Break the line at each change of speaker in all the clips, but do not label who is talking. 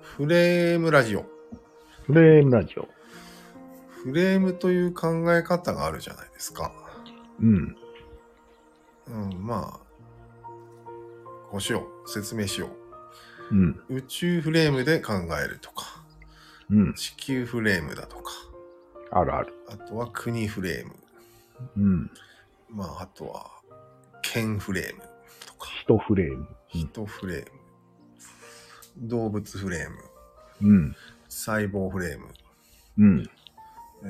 フレームラジオ。
フレームラジオ。
フレームという考え方があるじゃないですか。
うん。
うん、まあ、こうしよう。説明しよ
うん。
う。宇宙フレームで考えるとか、
うん。
地球フレームだとか、
あるある。
あとは国フレーム、
うん。
まあ、あとは県フレームとか、
一フレーム。
人フレーム、動物フレーム、
うん。
細胞フレーム、
うん。
え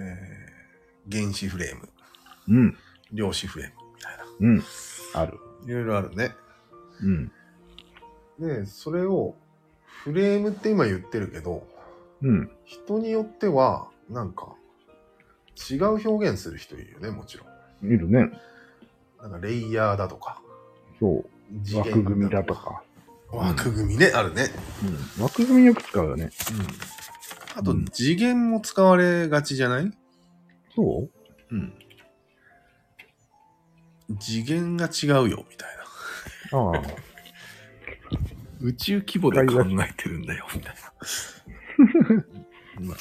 ー原子フレーム、
うん。
量子フレームみたいな。
うん。ある。
いろいろあるね。
うん。
で、それを、フレームって今言ってるけど、
うん。
人によっては、なんか、違う表現する人いるよね、もちろん。
いるね。
なんか、レイヤーだとか、
そう。
次元
枠組みだと。か。
枠組みね、あるね。
うん。枠組みよく使うよね。
うん。あと
うん、
次元も使われがちじゃない
そう
うん。次元が違うよ、みたいな。
ああ。
宇宙規模で考えてるんだよ、みたい な。まあ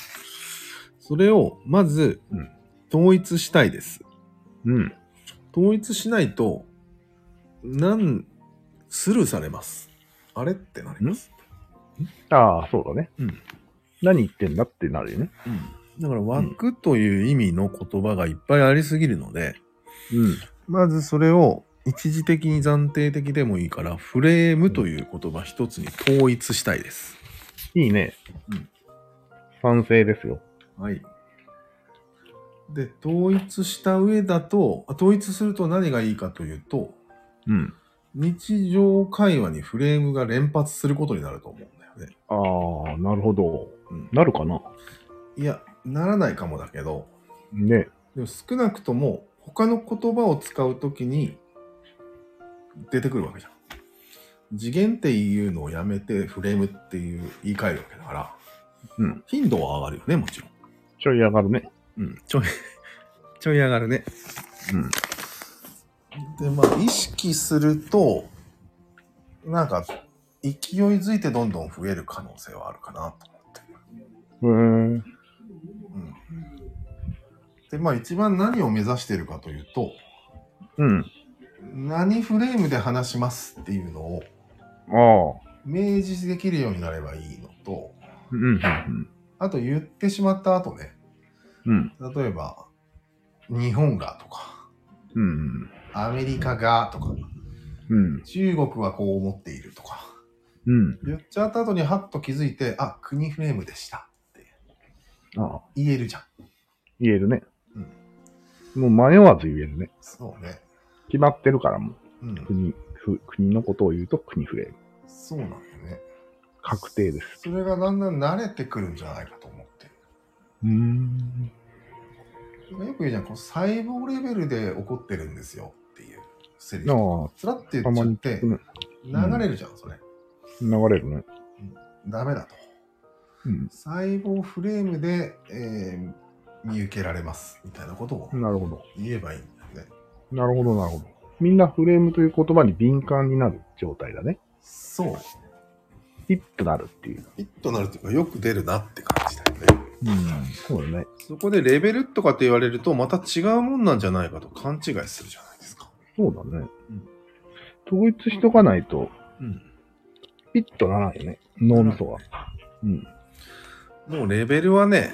それを、まず
うん、
統一したいです。
うん。
統一しないと、なん、スルーされます。あれってなります。
ああ、そうだね。
うん。
何言ってんだってなるよね。
だから枠という意味の言葉がいっぱいありすぎるので、
うん。
まずそれを一時的に暫定的でもいいから、フレームという言葉一つに統一したいです。
いいね。
うん。
賛成ですよ。
はい。で、統一した上だと、あ統一すると何がいいかというと、
うん。
日常会話にフレームが連発することになると思うんだよね。
ああ、なるほど。
うん
なるかない
や、ならないかもだけど、
ね。
でも少なくとも他の言葉を使うときに出てくるわけじゃん。次元っていうのをやめてフレームっていう言い換えるわけだから、
うん。
頻度は上がるよね、もちろん。
ちょい上がるね。
うん、ちょい、 ちょい上がるね。
うん。
で、まあ、意識すると、なんか、勢いづいてどんどん増える可能性はあるかなと思ってる。
うーん。
うん。で、まあ、一番何を目指してるかというと、
うん。
何フレームで話しますっていうのを
ああ。
明示できるようになればいいのと、
うん。うん。
あと言ってしまった後ね、
うん。
例えば、日本がとか、
うん。
アメリカがとか、
うん。
中国はこう思っているとか、
うん。
言っちゃった後にハッと気づいて、あ、国フレームでしたって
ああ。
言えるじゃん。
言えるね。もう迷わず言えるね。
そうね。
決まってるからも
う
う。
ん。
国、ふ国のことを言うと国フレーム。
そうなんだよね。
確定です。
それがだんだん慣れてくるんじゃないかと思ってる。
うーん。
よく言うじゃん、こう細胞レベルで起こってるんですよっていうセリフ。
あ
つらって言
あ、た
っち
ま
ゃっ
に
て、
うん
流れるじゃん、それ。
流れるね。
ダメだと。
うん。
細胞フレームで、えー見受けられます。みたいなことを
なるほど。
言えばいいんだよね。
なるほど、なるほど。みんなフレームという言葉に敏感になる状態だね。
そう。
ヒッとなるっていう。
ピッとなるというか、よく出るなって感じだよね。
うん。そうだね。
そこでレベルとかって言われると、また違うもんなんじゃないかと勘違いするじゃないですか。
そうだね
うん。
統一しとかないと、
うん。
ピッとならないよね。脳みそは。うん。
もうレベルはね、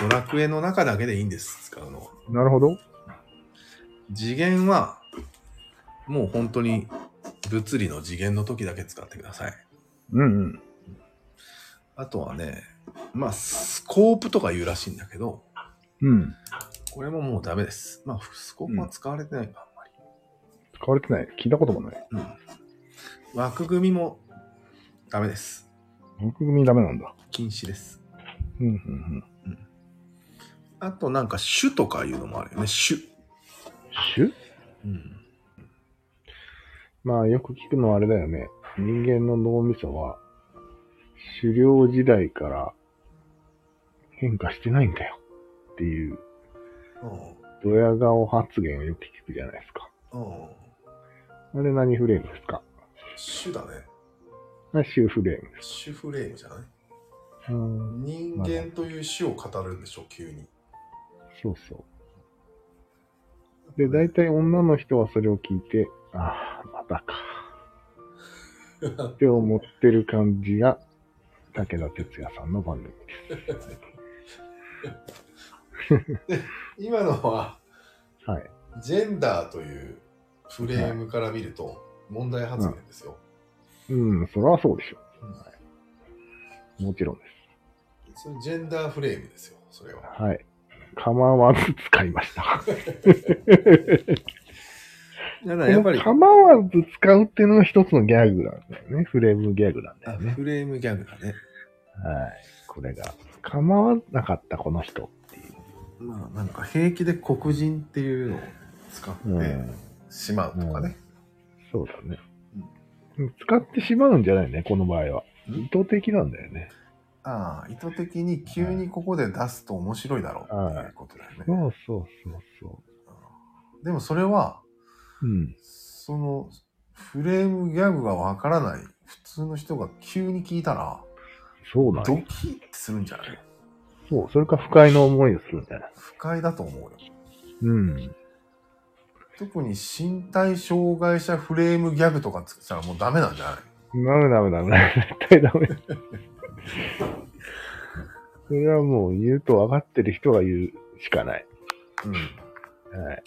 ドラクエの中だけでいいんです、使うのは。
なるほど。
次元は、もう本当に物理の次元の時だけ使ってください。
うんうん。
あとはね、まあ、スコープとか言うらしいんだけど、
うん。
これももうダメです。まあ、スコープは使われてないか、
使われてない。聞いたこともない。
あんまり。うん。枠組みもダメです。
枠組みダメなんだ。
禁止です。
うんうんうん。
あとなんか種とかいうのもあるよね、種。
種
うん。
まあよく聞くのはあれだよね。人間の脳みそは、狩猟時代から変化してないんだよ。っていう、
うん
ドヤ顔発言をよく聞くじゃないですか。あれ何フレームですか
主だね。
あれ主フレームです。
主フレームじゃないう
ーん、
人間という主を語るんでしょ、急に。
そうそう。で、大体女の人はそれを聞いて、ああ、またか。って思ってる感じが、武田鉄矢さんの番組です。
今のは、
はい。
ジェンダーというフレームから見ると、問題発言ですよ。
うん、それはそうでしょ
は
う。もちろんです。
い、それジェンダーフレームですよ、それは。
はい。構わず使いました。
ただ
この構わず使うっていうのが一つのギャグなんだよね。フレームギャグなんだよね。
フレームギャグだね。
はい。これが。構わなかった、この人。
まあ、なんか平気で黒人っていうのを使っ
うん。
てしまうとかね。
そうだね。使ってしまうんじゃないね、この場合は。
ん
意図的なんだよね。
ああ、意図的に急にここで出すと面白いだろうっていうことだよね。
そうそうそうそ
でもそれは、
う。うん。
そのフレームギャグがわからない普通の人が急に聞いたら、
そうなん
ド
よ
キッてするんじゃない
そう。それか不快な思いをするんだよ。
不快だと思うよ。
うん。
特に身体障害者フレームギャグとかつったらもうダメなんじゃない
ダメダメダメ。絶対ダメ。それはもう言うと分かってる人が言うしかない。
うん。
はい。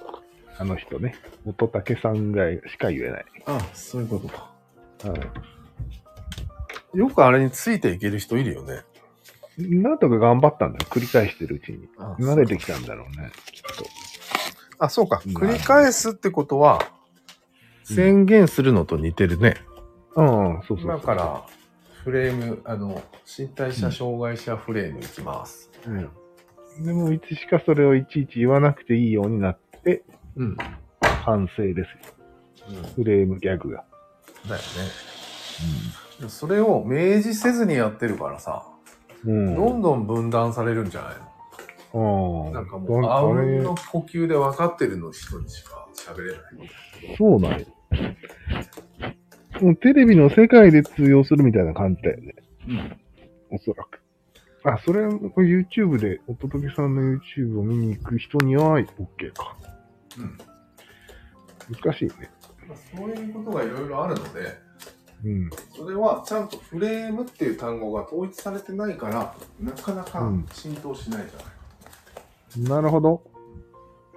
あの人ね。乙武さんぐらいしか言えない。
ああそういうことか。
は
よくあれについていける人いるよね。
い。なんとか頑張ったんだよ。繰り返してるうちに。
あ
慣れてきたんだろうね。
あ、そうか。
うん
繰り返すってことは、
うん
宣言するのと似てるね。
うん、そうそうそう。
今か。ら、フレーム、あの、身体者障害者フレームいきます。
うん。でも、いつしかそれをいちいち言わなくていいようになって、
うん。うん。
反省ですよ。フレームギャグが。
だよね。でもそれを明示せずにやってるからさ、
うん。
どんどん分断されるんじゃないの
うん。
なんか
ど
もう、あうんの呼吸で分かってるの人にしか喋れない。
そうなんよ。もうテレビの世界で通用するみたいな感じだよね。おそらく。あ、それはこれ YouTube で、おととけさんの YouTube を見に行く人には OK か。
うん。
難しいね。
まあそういうことがいろいろあるので、
うん。
それはちゃんとフレームっていう単語が統一されてないから、なかなか
うん
浸透しないじゃない。
なるほど。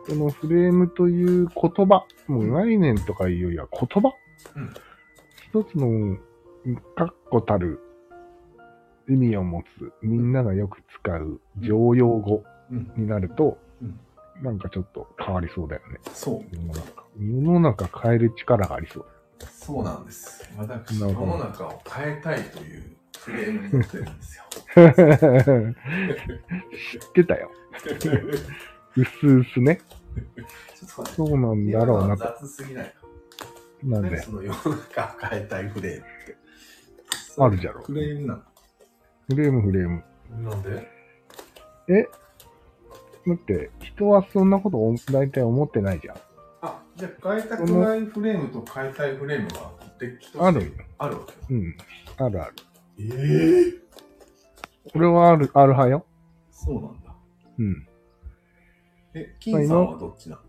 このフレームという言葉、もう概念とかいうよりは言葉、
うん
一つの確固たる意味を持つ、みんながよく使う常用語
うん。
になると、
うん
なんかちょっと変わりそうだよね。
そう。
世の中世の中変える力がありそう。
そうなんです。私、
な
世
るほど
の中を変えたいというフレームになってるんです よ。
知ってたよ。
ちょっ
うすうすね。
と待って
そうなんだ
今の
ろう
は
なと。
雑すぎない。
なん
何
で。
その世の中を変えたいフレームって。
あるじゃろ
フレームな
フレームフレーム。
の。なんで
だって、人はそんなことを大体思ってないじゃん。
あ、じゃあ変えたくないフレームと変えたいフレームがデッキとして
あるよ
あるわけよ。
うん。あるある。
ええ
これはある、ある派よ。
そうなんだ。
うん。
え、金さんはどっちなの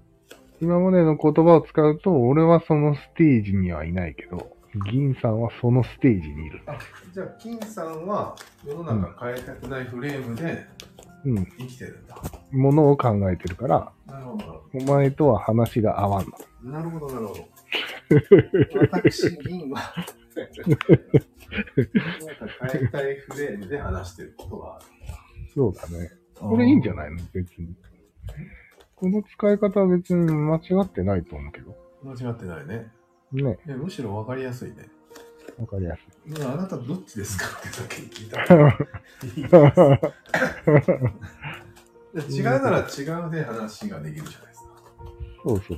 今までの言葉を使うと、俺はそのステージにはいないけど、銀さんはそのステージにいる。
あ、じゃあ金さんは世の中変えたくないフレームで
うん。
生きてるんだ。
ものを考えてるから、
なるほどなるほど。
お前とは話が合わんの。
なるほど、なるほど。私、銀は、なんか変えたいフレームで話してることはある。
そうだね。これいいんじゃないの別に。この使い方は別に間違ってないと思うけど。
間違ってないね。
ね。
いやむしろ分かりやすいね。
わかりやす
ねあなたどっちですかってだけ聞いた。いい
い。
です違うなら違うで話ができるじゃないですか。
そうそうそ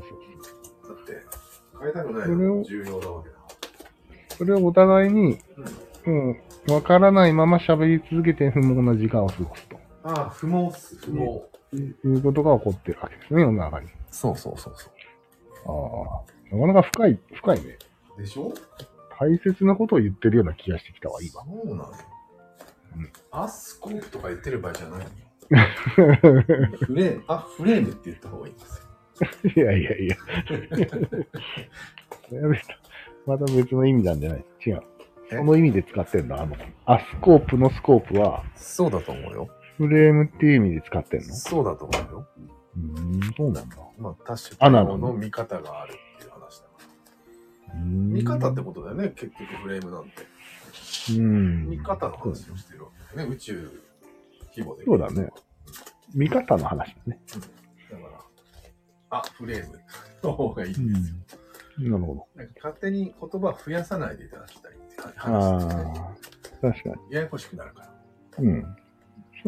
う。
だって、変えたくない
それ
の
を
が重要なわけだか
それをお互いに、
ら。うん
もう、わからないまま喋り続けて不毛な時間を過ごすと。
ああ、不毛っす、不毛。
いうことが起こってるわけですね、世の中に。
そうそうそうそう。
ああ、なかなか深い、深いね。
でしょ
大切なことを言ってるような気がしてきたわ、今。
そうなの。
うん
アスコープとか言ってる場合じゃないよ。フレーム、あ、フレームって言った方がいいですよ。
いやいやいや。やめた。また別の意味なんじゃない違う。
え
その意味で使ってんのあの、アスコープのスコープは、
そうだと思うよ。
フレームっていう意味で使ってんの
そうだと思うよ。
うーん、そうなんだ。
まあ、多種
あな
多
るほ
様
ど
の見方があるっていう話だから。
うーん
見方ってことだよね、結局フレームなんて。
うん。
見方の話をしてるわけだよね、宇宙規模で。
そうだね。見方の話だね。
だから、あ、フレームの方がいいんですよ。
なるほど。
なんか勝手に言葉を増やさないでいただきたいっていう
あ
話ですね。
あ、確か
ややこしくなるから。
に。うん。さ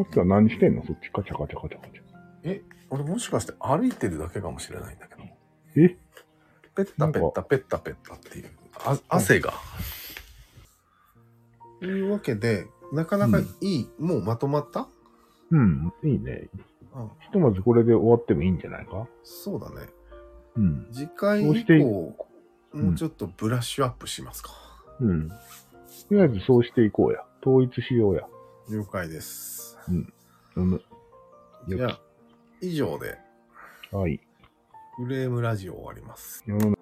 っきは何してんのそっちカチャカチャカチャカチャ。
俺もしかして歩いてるだけかもしれないんだけど。
え
ペッタペッタペッタペッタっていう、あ汗が。というわけで、なかなかいい、もうまとまった
うん、いいね。
うん、
ひとまずこれで終わってもいいんじゃないか
そうだね。
うん。
次回
そう
以
して
降、もうちょっとブラッシュアップしますか。
うん。とりあえずそうしていこうや。統一しようや。
了解です。
うん。
じゃあ、以上で、
はい。
フレームラジオ終わります。
世の中